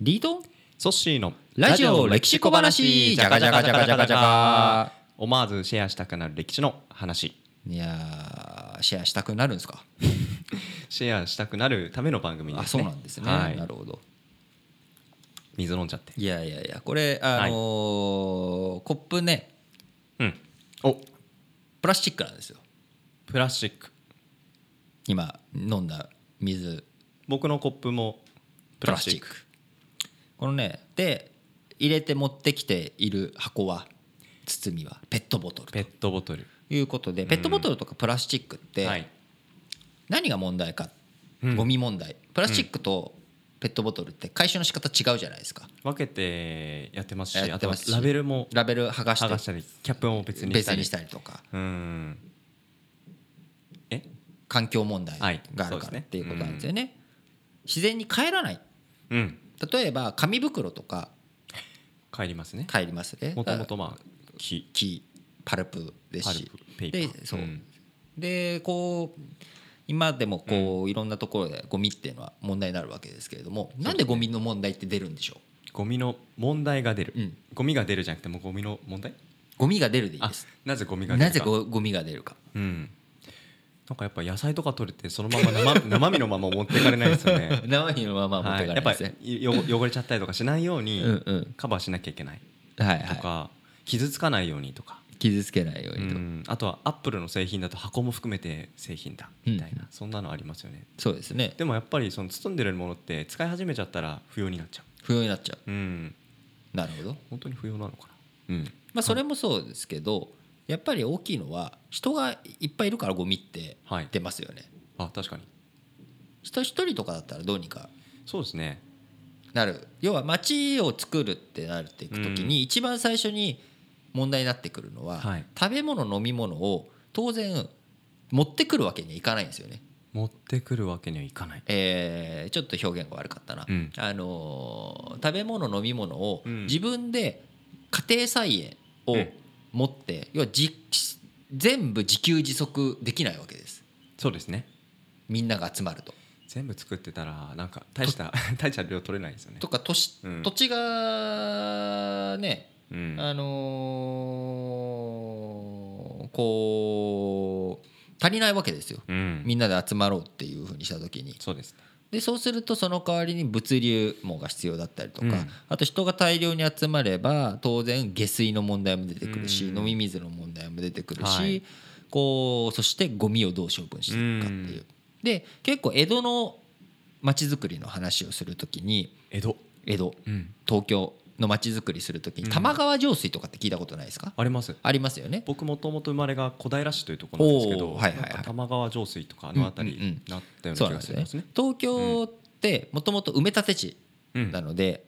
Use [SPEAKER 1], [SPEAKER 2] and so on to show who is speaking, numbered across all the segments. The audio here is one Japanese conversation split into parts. [SPEAKER 1] リート
[SPEAKER 2] ソッシーの
[SPEAKER 1] ラジオ歴史小話
[SPEAKER 2] じゃがじゃがじゃがじゃがじゃが思わずシェアしたくなる歴史の話
[SPEAKER 1] いやーシェアしたくなるんですか
[SPEAKER 2] シェアしたくなるための番組です、
[SPEAKER 1] あそう
[SPEAKER 2] ね、
[SPEAKER 1] なんですね、
[SPEAKER 2] はい
[SPEAKER 1] なるほど
[SPEAKER 2] 水飲んじゃって
[SPEAKER 1] いやいやいやこれあのーコップね
[SPEAKER 2] うんお
[SPEAKER 1] プラスチックなんですよ
[SPEAKER 2] プラスチック
[SPEAKER 1] 今飲んだ水
[SPEAKER 2] 僕のコップもプ
[SPEAKER 1] プラ
[SPEAKER 2] ラス
[SPEAKER 1] スチ
[SPEAKER 2] チッ
[SPEAKER 1] ッ
[SPEAKER 2] ク
[SPEAKER 1] クこのねで入れて持ってきている箱は包みはペットボトルと
[SPEAKER 2] ペットボトル
[SPEAKER 1] いうことでペットボトルとかプラスチックって、
[SPEAKER 2] はい
[SPEAKER 1] 何が問題か、
[SPEAKER 2] うん
[SPEAKER 1] ゴミ問題プラスチックとペットボトルって回収の仕方違うじゃないですか
[SPEAKER 2] 分けてやってますし
[SPEAKER 1] やってますし
[SPEAKER 2] あとはラベルも
[SPEAKER 1] ラベル剥がし
[SPEAKER 2] 剥
[SPEAKER 1] て
[SPEAKER 2] がしたりキャップも別にし
[SPEAKER 1] 別
[SPEAKER 2] たり
[SPEAKER 1] にしたりとか
[SPEAKER 2] うんえ
[SPEAKER 1] 環境問題
[SPEAKER 2] はい
[SPEAKER 1] があ
[SPEAKER 2] そ
[SPEAKER 1] る
[SPEAKER 2] うで
[SPEAKER 1] か
[SPEAKER 2] す
[SPEAKER 1] ら
[SPEAKER 2] ね
[SPEAKER 1] っていうことなんですよね自然に帰らない
[SPEAKER 2] うん
[SPEAKER 1] 例えば紙袋とか
[SPEAKER 2] 帰りますね
[SPEAKER 1] 帰りますね
[SPEAKER 2] もともとまあ木
[SPEAKER 1] 木パルプです
[SPEAKER 2] パル
[SPEAKER 1] し
[SPEAKER 2] プペーパー
[SPEAKER 1] でそうんでこう今でもこういろんなところでゴミっていうのは問題になるわけですけれどもなんでゴミの問題って出るんでしょ
[SPEAKER 2] ゴミの問題が出る、
[SPEAKER 1] うん
[SPEAKER 2] ゴミが出るじゃなくてもうゴミの問題
[SPEAKER 1] うゴミが出るでいい
[SPEAKER 2] あ
[SPEAKER 1] です
[SPEAKER 2] なぜゴミが出るか
[SPEAKER 1] なぜゴゴミが出るか
[SPEAKER 2] うんなんかやっぱ野菜とか取れてそのまま生 生身のまま持ってかれないですよね
[SPEAKER 1] 生身の まま持ってか
[SPEAKER 2] はい
[SPEAKER 1] れ
[SPEAKER 2] やっ
[SPEAKER 1] ま
[SPEAKER 2] ぱ
[SPEAKER 1] すね、
[SPEAKER 2] りよ汚れちゃったりとかしないように
[SPEAKER 1] うんうん
[SPEAKER 2] カバーしなきゃいけない
[SPEAKER 1] はい
[SPEAKER 2] と
[SPEAKER 1] は
[SPEAKER 2] か傷つかないようにとか
[SPEAKER 1] い傷つけないようにと、
[SPEAKER 2] うんあとはアップルの製品だと箱も含めて製品だみたいな、
[SPEAKER 1] うん
[SPEAKER 2] そんなのありますよね
[SPEAKER 1] そうですね
[SPEAKER 2] でもやっぱりその包んでるものって使い始めちゃったら不要になっちゃ
[SPEAKER 1] 不要になっちゃ
[SPEAKER 2] ううん
[SPEAKER 1] うなるほど、
[SPEAKER 2] 本当に不要なのかなうん
[SPEAKER 1] まあ、それもそうですけどやっぱり大きいのは人がいっぱいいるからゴミって
[SPEAKER 2] はい
[SPEAKER 1] 出ますよね
[SPEAKER 2] あ確かに
[SPEAKER 1] 人一人とかだったらどうにか
[SPEAKER 2] そうですね
[SPEAKER 1] なる要は街を作るってなっていく時に一番最初に問題になってくるのは
[SPEAKER 2] はい
[SPEAKER 1] 食べ物飲み物を当然持ってくるわけにはいかないんですよね。
[SPEAKER 2] 持ってくるわけにはいかない
[SPEAKER 1] えーちょっと表現が悪かったな、
[SPEAKER 2] うん
[SPEAKER 1] あのー食べ物飲み物を
[SPEAKER 2] うん
[SPEAKER 1] 自分で家庭菜園を
[SPEAKER 2] うん
[SPEAKER 1] 持って、要はじ全部自給自足できないわけです
[SPEAKER 2] そうですね
[SPEAKER 1] みんなが集まると。
[SPEAKER 2] 全部作ってたらなんか大した 大した量取れないですよね
[SPEAKER 1] とか都市
[SPEAKER 2] うん
[SPEAKER 1] 土地がね
[SPEAKER 2] うん
[SPEAKER 1] あのーこう足りないわけですよ
[SPEAKER 2] うん
[SPEAKER 1] みんなで集まろうっていうふうにした時に
[SPEAKER 2] そうですね
[SPEAKER 1] でそうするとその代わりに物流網が必要だったりとか、
[SPEAKER 2] うん
[SPEAKER 1] あと人が大量に集まれば当然下水の問題も出てくるし、
[SPEAKER 2] うん
[SPEAKER 1] 飲み水の問題も出てくるし、
[SPEAKER 2] はい
[SPEAKER 1] こうそしてゴミをどう処分していくかっていう。で結構江戸の町づくりの話をするときに
[SPEAKER 2] 江戸
[SPEAKER 1] 江戸
[SPEAKER 2] うん
[SPEAKER 1] 東京の街づくりするときに
[SPEAKER 2] うん
[SPEAKER 1] 玉川上水とかって聞いたことないですか、
[SPEAKER 2] あります
[SPEAKER 1] ありますよね
[SPEAKER 2] 僕もともと生まれが小平市というところなんですけど、
[SPEAKER 1] おーはいはいはい
[SPEAKER 2] なんか玉川上水とかあの辺
[SPEAKER 1] うんうんうん
[SPEAKER 2] りなったよう
[SPEAKER 1] そ
[SPEAKER 2] な
[SPEAKER 1] う
[SPEAKER 2] 気
[SPEAKER 1] なん
[SPEAKER 2] が
[SPEAKER 1] ですす
[SPEAKER 2] る
[SPEAKER 1] ね
[SPEAKER 2] んですね。
[SPEAKER 1] 東京ってもともと埋め立て地
[SPEAKER 2] うん
[SPEAKER 1] なので、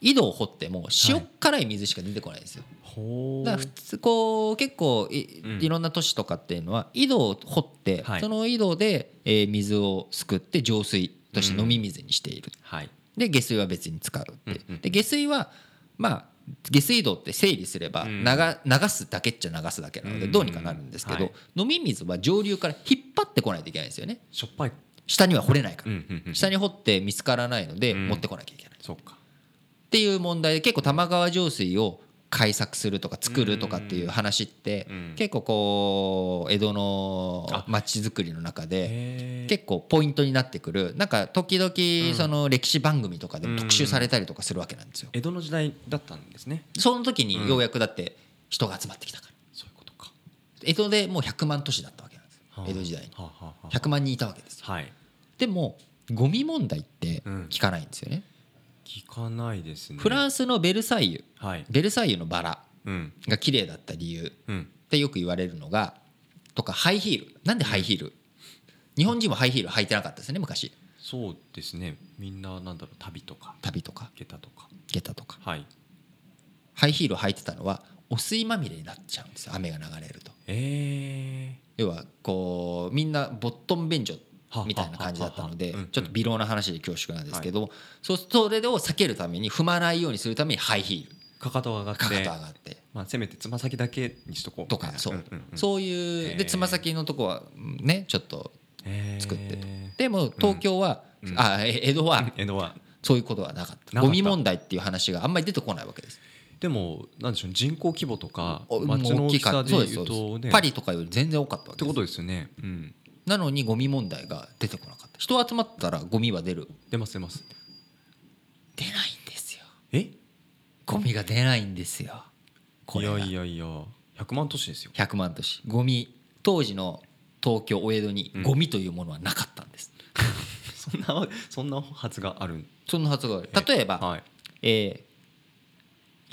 [SPEAKER 1] 井戸を掘っても塩辛い水しか出てこないんですよ、
[SPEAKER 2] ほ
[SPEAKER 1] だから普通こう結構い,、
[SPEAKER 2] うん
[SPEAKER 1] いろんな都市とかっていうのは井戸を掘って、
[SPEAKER 2] はい
[SPEAKER 1] その井戸で、えー水をすくって浄水として飲み水にしている、
[SPEAKER 2] はい
[SPEAKER 1] で下水は別に使うって、
[SPEAKER 2] うんうん
[SPEAKER 1] で下水はまあ下水道って整理すれば
[SPEAKER 2] うん
[SPEAKER 1] 流,、流すだけっちゃ流すだけなので
[SPEAKER 2] うん
[SPEAKER 1] どうにかなるんですけど、
[SPEAKER 2] はい
[SPEAKER 1] 飲み水は上流から引っ張ってこないといけないんですよね
[SPEAKER 2] しょっぱい、
[SPEAKER 1] 下には掘れないか
[SPEAKER 2] うん
[SPEAKER 1] ら、
[SPEAKER 2] うんうん、
[SPEAKER 1] 下に掘って見つからないので
[SPEAKER 2] うん
[SPEAKER 1] 持ってこなきゃいけない、っ
[SPEAKER 2] そうか
[SPEAKER 1] ていう問題で結構玉川上水を開削するとか作るとかっていう話って
[SPEAKER 2] うん
[SPEAKER 1] 結構こう江戸の
[SPEAKER 2] あ
[SPEAKER 1] 町づくりの中で
[SPEAKER 2] へー
[SPEAKER 1] 結構ポイントになってくるなんか時々その歴史番組とかでも特集されたりとかするわけなんですよ
[SPEAKER 2] 江戸の時代だったんですね
[SPEAKER 1] その時にようやくだって人が集まってきたから
[SPEAKER 2] そういうことか
[SPEAKER 1] 江戸でもう100万都市だったわけなんですよ江戸時代に
[SPEAKER 2] はあはあはあ
[SPEAKER 1] 100万人いたわけですよ
[SPEAKER 2] はい
[SPEAKER 1] でもゴミ問題って聞かないんですよね
[SPEAKER 2] 聞かないですね
[SPEAKER 1] フラ
[SPEAKER 2] ン
[SPEAKER 1] ンスのベルサイユ
[SPEAKER 2] スはい
[SPEAKER 1] ベルサイユのバラ
[SPEAKER 2] うん
[SPEAKER 1] が綺麗だった理由
[SPEAKER 2] うん
[SPEAKER 1] ってよく言われるのがとかハイヒールなんでハイヒール日本人もハイヒール履いてなかったですね昔
[SPEAKER 2] そうですねみんななんだろう旅とか
[SPEAKER 1] 旅とか
[SPEAKER 2] 下駄とか
[SPEAKER 1] 下駄とか
[SPEAKER 2] はい
[SPEAKER 1] ハイヒール履いてたのはお水まみれになっちゃうんですよ雨が流れると
[SPEAKER 2] え
[SPEAKER 1] 要はこうみんなボットン便所
[SPEAKER 2] は
[SPEAKER 1] みたいな感じだったので
[SPEAKER 2] ははははうん
[SPEAKER 1] ちょっと微量な話で恐縮なんですけどそうそれを避けるために踏まないようにするためにハイヒール
[SPEAKER 2] かかとが上がって
[SPEAKER 1] かかと上がって
[SPEAKER 2] まあ、せめてつま先だけにしとこう
[SPEAKER 1] とかそ
[SPEAKER 2] ん
[SPEAKER 1] うん
[SPEAKER 2] ん
[SPEAKER 1] そういう
[SPEAKER 2] へ
[SPEAKER 1] で
[SPEAKER 2] ー
[SPEAKER 1] つま先のとこはうんねちょっと
[SPEAKER 2] へー
[SPEAKER 1] 作ってとでも東京は
[SPEAKER 2] うん
[SPEAKER 1] あえ江戸は
[SPEAKER 2] 江戸は
[SPEAKER 1] そういうことはなかった
[SPEAKER 2] なかった
[SPEAKER 1] ゴミ問題っていう話があんまり出てこないわけです
[SPEAKER 2] でもなんでしょう人口規模とか
[SPEAKER 1] おもう
[SPEAKER 2] 街の大きさで
[SPEAKER 1] そうです
[SPEAKER 2] 言う
[SPEAKER 1] そう
[SPEAKER 2] と
[SPEAKER 1] で
[SPEAKER 2] ね
[SPEAKER 1] すパリとかより全然多かったわ
[SPEAKER 2] っ
[SPEAKER 1] け
[SPEAKER 2] て
[SPEAKER 1] で
[SPEAKER 2] こ
[SPEAKER 1] す
[SPEAKER 2] とですよね、うん、
[SPEAKER 1] なのにゴミ問題が出てこなかった人集まったらゴミは出る
[SPEAKER 2] 出ます出ます
[SPEAKER 1] 出ないんですよ
[SPEAKER 2] え
[SPEAKER 1] ゴミが出ないんですよこ
[SPEAKER 2] い
[SPEAKER 1] れが
[SPEAKER 2] やいやいや100万都市ですよ
[SPEAKER 1] 100万都市ゴミ当時の東京お江戸に
[SPEAKER 2] うん
[SPEAKER 1] ゴミというものはなかったんです、
[SPEAKER 2] そんなそんなはずがある
[SPEAKER 1] そんなはずがある例えば、
[SPEAKER 2] はい
[SPEAKER 1] えー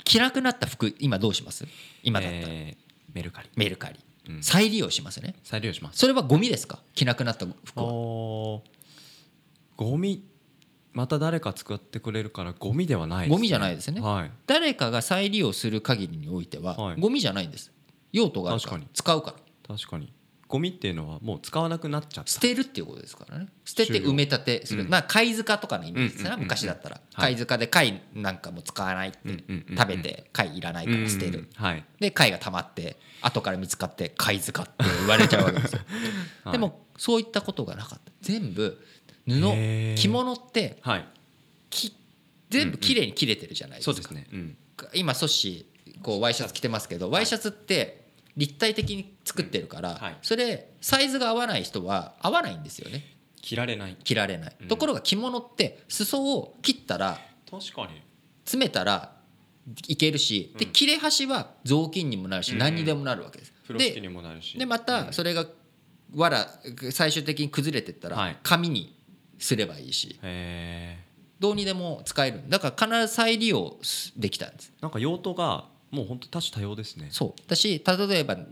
[SPEAKER 1] 着なくなった服今どうします今だったら、
[SPEAKER 2] えーメルカリ、
[SPEAKER 1] メルカリ
[SPEAKER 2] うん、
[SPEAKER 1] 再利用しますね
[SPEAKER 2] 再利用します
[SPEAKER 1] それはゴミですか着なくなった服
[SPEAKER 2] あ
[SPEAKER 1] は
[SPEAKER 2] ーゴミまた誰か使ってくれるからゴミではないですね
[SPEAKER 1] ゴミじゃないですね
[SPEAKER 2] はい
[SPEAKER 1] 誰かが再利用する限りにおいては、
[SPEAKER 2] はい
[SPEAKER 1] ゴミじゃないんです用途があるから
[SPEAKER 2] 確かに
[SPEAKER 1] 使うから
[SPEAKER 2] 確かにゴミっていうのはもう使わなくなっちゃっ
[SPEAKER 1] 捨
[SPEAKER 2] た
[SPEAKER 1] てるっていうことですからね捨てて
[SPEAKER 2] 終了
[SPEAKER 1] 埋め立てする、
[SPEAKER 2] うん
[SPEAKER 1] まあ貝塚とかのイメージですね、
[SPEAKER 2] うんうんうんうん
[SPEAKER 1] 昔だったら、
[SPEAKER 2] はい
[SPEAKER 1] 貝塚で貝なんかも使わないって、
[SPEAKER 2] うんうんうんうん
[SPEAKER 1] 食べて貝いらないから捨てる、
[SPEAKER 2] うんうんはい
[SPEAKER 1] で貝が溜まって後から見つかって貝塚って言われちゃうわけですよ
[SPEAKER 2] はい
[SPEAKER 1] でもそういったことがなかった全部布
[SPEAKER 2] へー
[SPEAKER 1] 着物って
[SPEAKER 2] はい
[SPEAKER 1] き全部綺麗に切れてるじゃないです
[SPEAKER 2] そ
[SPEAKER 1] か、
[SPEAKER 2] うですねうん
[SPEAKER 1] 今ソッシーこうワイシャツ着てますけどワイシャツって立体的に作ってるから、
[SPEAKER 2] はい
[SPEAKER 1] それサイズが合わない人は合わないんですよね
[SPEAKER 2] 切られない
[SPEAKER 1] 着られない、
[SPEAKER 2] うん
[SPEAKER 1] ところが着物って裾を切ったら
[SPEAKER 2] 確かに
[SPEAKER 1] 詰めたらいけるし、で
[SPEAKER 2] うん
[SPEAKER 1] 切れ端は雑巾にもなるし、
[SPEAKER 2] うん
[SPEAKER 1] 何にでもなるわけです。
[SPEAKER 2] 風呂敷
[SPEAKER 1] で
[SPEAKER 2] にもなるし
[SPEAKER 1] でまたそれがわら最終的に崩れてった
[SPEAKER 2] は
[SPEAKER 1] ら
[SPEAKER 2] い
[SPEAKER 1] 紙にすればいいし
[SPEAKER 2] へ
[SPEAKER 1] どうにでも使えるだから必ず再利用できたんです。
[SPEAKER 2] えんか用途がもう本当多種多様ですね
[SPEAKER 1] そうだし例えばつ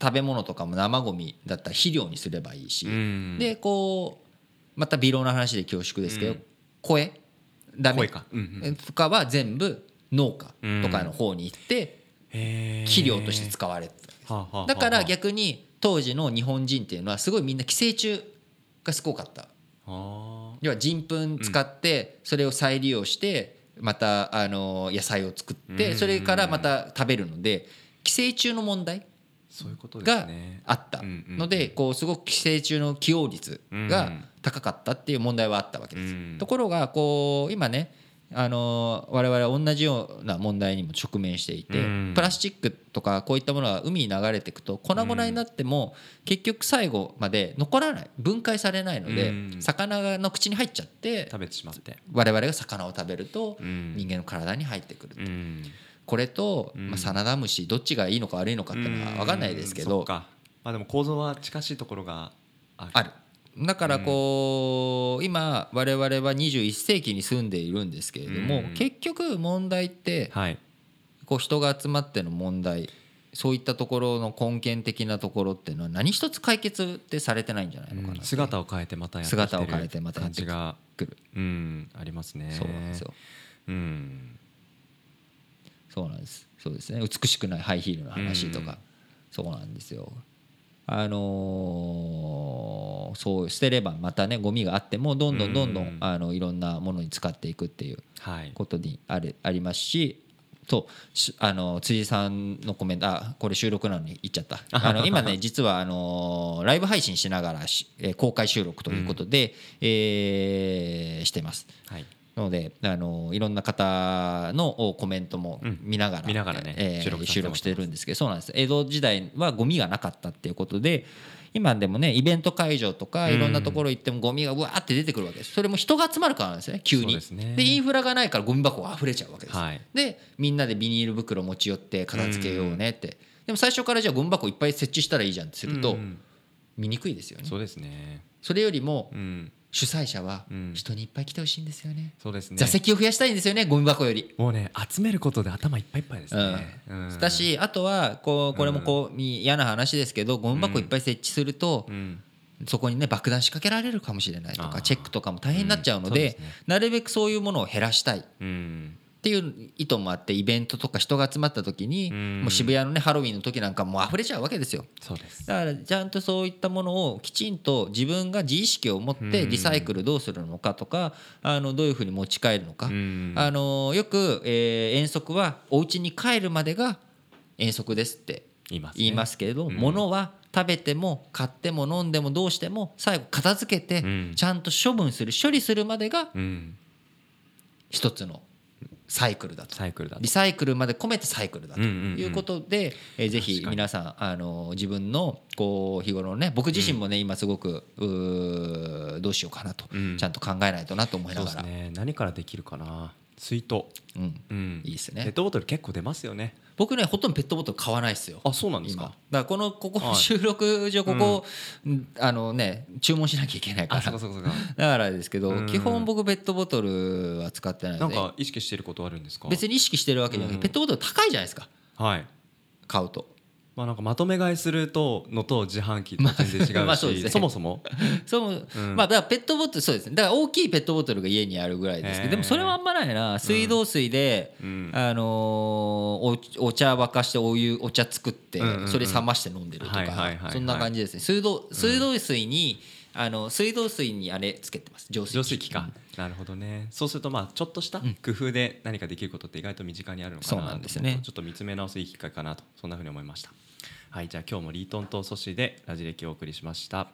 [SPEAKER 1] 食べ物とかも生ゴミだったら肥料にすればいいし、
[SPEAKER 2] ん
[SPEAKER 1] でこうまた微量な話で恐縮ですけど、
[SPEAKER 2] うん
[SPEAKER 1] 声ダメ
[SPEAKER 2] 声かうんうん
[SPEAKER 1] とかは全部農家とかの方に行って
[SPEAKER 2] へえ
[SPEAKER 1] 肥料として使われてた
[SPEAKER 2] はあはあはあ
[SPEAKER 1] だから逆に当時の日本人っていうのはすごいみんな寄生虫がすごかった
[SPEAKER 2] あ
[SPEAKER 1] 要は人糞使ってそれを再利用してまたあの野菜を作って
[SPEAKER 2] うん
[SPEAKER 1] それからまた食べるので寄生虫の問題
[SPEAKER 2] ーそういうことです
[SPEAKER 1] が
[SPEAKER 2] ね
[SPEAKER 1] あった
[SPEAKER 2] うんうん
[SPEAKER 1] のでこうすごく寄生虫の起用率が高かったっていう問題はあったわけです。
[SPEAKER 2] うん
[SPEAKER 1] ところがこう今ねあの我々は同じような問題にも直面していて
[SPEAKER 2] うん
[SPEAKER 1] プラスチックとかこういったものが海に流れていくと粉々になっても結局最後まで残らない分解されないので
[SPEAKER 2] うん
[SPEAKER 1] 魚の口に入っちゃって
[SPEAKER 2] 食べてしまって
[SPEAKER 1] 我々が魚を食べると
[SPEAKER 2] うん
[SPEAKER 1] 人間の体に入ってくる
[SPEAKER 2] うん
[SPEAKER 1] これと
[SPEAKER 2] うん
[SPEAKER 1] まあサナダムシどっちがいいのか悪いのかっていうのは分かんないですけ
[SPEAKER 2] うんそ
[SPEAKER 1] ど
[SPEAKER 2] っかまあでも構造は近しいところがある
[SPEAKER 1] あるだからこう、今我々は21世紀に住んでいるんですけれども、
[SPEAKER 2] うん
[SPEAKER 1] 結局問題って
[SPEAKER 2] はい
[SPEAKER 1] こう人が集まっての問題そういったところの根源的なところっていうのは何一つ解決ってされてないんじゃないのかな、
[SPEAKER 2] うん姿を変えてまたやってき
[SPEAKER 1] 姿を変えてまたやっ
[SPEAKER 2] 感
[SPEAKER 1] てきて
[SPEAKER 2] じが
[SPEAKER 1] くる
[SPEAKER 2] うんありますね
[SPEAKER 1] そうなんですよ
[SPEAKER 2] うん
[SPEAKER 1] そうなんですそうですね美しくないハイヒールの話とか、
[SPEAKER 2] うん
[SPEAKER 1] そうなんですよあのーそう捨てればまたねゴミがあってもどんどんどんどん、
[SPEAKER 2] うん
[SPEAKER 1] あのいろんなものに使っていくっていう
[SPEAKER 2] はい
[SPEAKER 1] ことにあるありますしそうしあの辻さんのコメントあこれ収録なのに言っちゃったあの今ね実はあのライブ配信しながらしえー公開収録ということで、えーしてます。
[SPEAKER 2] はい
[SPEAKER 1] なのであのいろんな方のおコメントも
[SPEAKER 2] うん
[SPEAKER 1] 見ながら,、
[SPEAKER 2] 見ながらね
[SPEAKER 1] えー
[SPEAKER 2] 収録させてもらってま
[SPEAKER 1] 収録
[SPEAKER 2] す
[SPEAKER 1] してるんですけどそうなんです江戸時代はゴミがなかったっていうことで今でもねイベント会場とか
[SPEAKER 2] うん
[SPEAKER 1] いろんなところ行ってもゴミがうわーって出てくるわけですそれも人が集まるからなんですね急
[SPEAKER 2] そう
[SPEAKER 1] に
[SPEAKER 2] ですね
[SPEAKER 1] インフラがないからゴミ箱が溢れちゃうわけです、
[SPEAKER 2] はい
[SPEAKER 1] でみんなでビニール袋持ち寄って片付けようねって、でも最初からじゃあゴミ箱いっぱい設置したらいいじゃんってすると、
[SPEAKER 2] うん
[SPEAKER 1] 見にくいですよね
[SPEAKER 2] そうですね
[SPEAKER 1] それよりも
[SPEAKER 2] うん
[SPEAKER 1] 主催者は
[SPEAKER 2] うん
[SPEAKER 1] 人にいっぱい来てほしいんですよね
[SPEAKER 2] そうですね
[SPEAKER 1] 座席を増やしたいんですよねゴミ箱より
[SPEAKER 2] もうね集めることで頭いっぱいいっぱいですねうん
[SPEAKER 1] だしあとはこうこれもこうみ嫌な話ですけどゴミ箱いっぱい設置すると
[SPEAKER 2] うん
[SPEAKER 1] そこにね爆弾仕掛けられるかもしれないと
[SPEAKER 2] あ
[SPEAKER 1] か
[SPEAKER 2] ー
[SPEAKER 1] チェックとかも大変になっちゃうの
[SPEAKER 2] うん
[SPEAKER 1] で
[SPEAKER 2] そうですね
[SPEAKER 1] なるべくそういうものを減らしたいっ
[SPEAKER 2] うん
[SPEAKER 1] ていう意図もあってイベントとか人が集まった時に
[SPEAKER 2] うん
[SPEAKER 1] もう渋谷のねハロウィンの時なんかもう溢れちゃうわけですよ。
[SPEAKER 2] そうです
[SPEAKER 1] だからちゃんとそういったものをきちんと自分が自意識を持っ
[SPEAKER 2] う
[SPEAKER 1] て
[SPEAKER 2] ん
[SPEAKER 1] リサイクルどうするのかとかあのどういうふうに持ち帰るのか
[SPEAKER 2] うん
[SPEAKER 1] あのよく、えー遠足はお家に帰るまでが遠足ですって
[SPEAKER 2] 言いますね
[SPEAKER 1] 言いますけれど、
[SPEAKER 2] うん
[SPEAKER 1] 物は食べても買っても飲んでもどうしても最後片付けて
[SPEAKER 2] うん
[SPEAKER 1] ちゃんと処分する処理するまでが
[SPEAKER 2] うん
[SPEAKER 1] 一つのサイクルだと
[SPEAKER 2] サイクルだと
[SPEAKER 1] リサイクルまで込めてサイクルだと
[SPEAKER 2] うんうんうん
[SPEAKER 1] いうことで、えーぜひ
[SPEAKER 2] 確かに
[SPEAKER 1] 皆さんあの自分のこう日頃のね僕自身もね、今すごくうーどうしようかなと、
[SPEAKER 2] うん
[SPEAKER 1] ちゃんと考えないとなと思い
[SPEAKER 2] そ
[SPEAKER 1] な
[SPEAKER 2] う
[SPEAKER 1] が
[SPEAKER 2] で
[SPEAKER 1] ら
[SPEAKER 2] す
[SPEAKER 1] う,、
[SPEAKER 2] ね何からできるかな水筒
[SPEAKER 1] ん、
[SPEAKER 2] うん
[SPEAKER 1] いいですね
[SPEAKER 2] ペットボトル結構出ますよね
[SPEAKER 1] 僕ねほとんどペットボトル買わないですよ
[SPEAKER 2] あそうなんです
[SPEAKER 1] 今だ
[SPEAKER 2] か
[SPEAKER 1] からこのここ
[SPEAKER 2] はい
[SPEAKER 1] 収録上ここ、んあのね注文しなきゃいけないから
[SPEAKER 2] あそうかそうかそうか
[SPEAKER 1] だからですけど、
[SPEAKER 2] うん
[SPEAKER 1] 基本僕ペットボトルは使ってないの
[SPEAKER 2] なん
[SPEAKER 1] で
[SPEAKER 2] か意識してることあるんですか
[SPEAKER 1] 別に意識してるわけじゃなくて、
[SPEAKER 2] うん
[SPEAKER 1] ペットボトル高いじゃないですか
[SPEAKER 2] はい
[SPEAKER 1] 買うと
[SPEAKER 2] まあなんかまとめ買いするとのと自販機と全 然違うし、
[SPEAKER 1] まあそ
[SPEAKER 2] そう
[SPEAKER 1] ですね
[SPEAKER 2] もそも
[SPEAKER 1] そう、
[SPEAKER 2] うん
[SPEAKER 1] まあだからペットボトルそうですねだから大きいペットボトルが家にあるぐらいですけど
[SPEAKER 2] へー
[SPEAKER 1] でもそれはあんまないな水道水で、
[SPEAKER 2] うん
[SPEAKER 1] あのーおお茶沸かしてお湯お茶作って、
[SPEAKER 2] うんうんうん
[SPEAKER 1] それ冷まして飲んでるとか、
[SPEAKER 2] はいはいはいはい
[SPEAKER 1] そんな感じですね水道水道水に、あの水道水にあれつけてます浄水器
[SPEAKER 2] 浄水器かなるほどねそうするとまあちょっとした工夫で何かできることって意外と身近にあるのかな
[SPEAKER 1] そうなんですね
[SPEAKER 2] とちょっと見つめ直すいい機会かなとそんなふうに思いましたはいじゃあ今日もリートンとソシでラジレキをお送りしました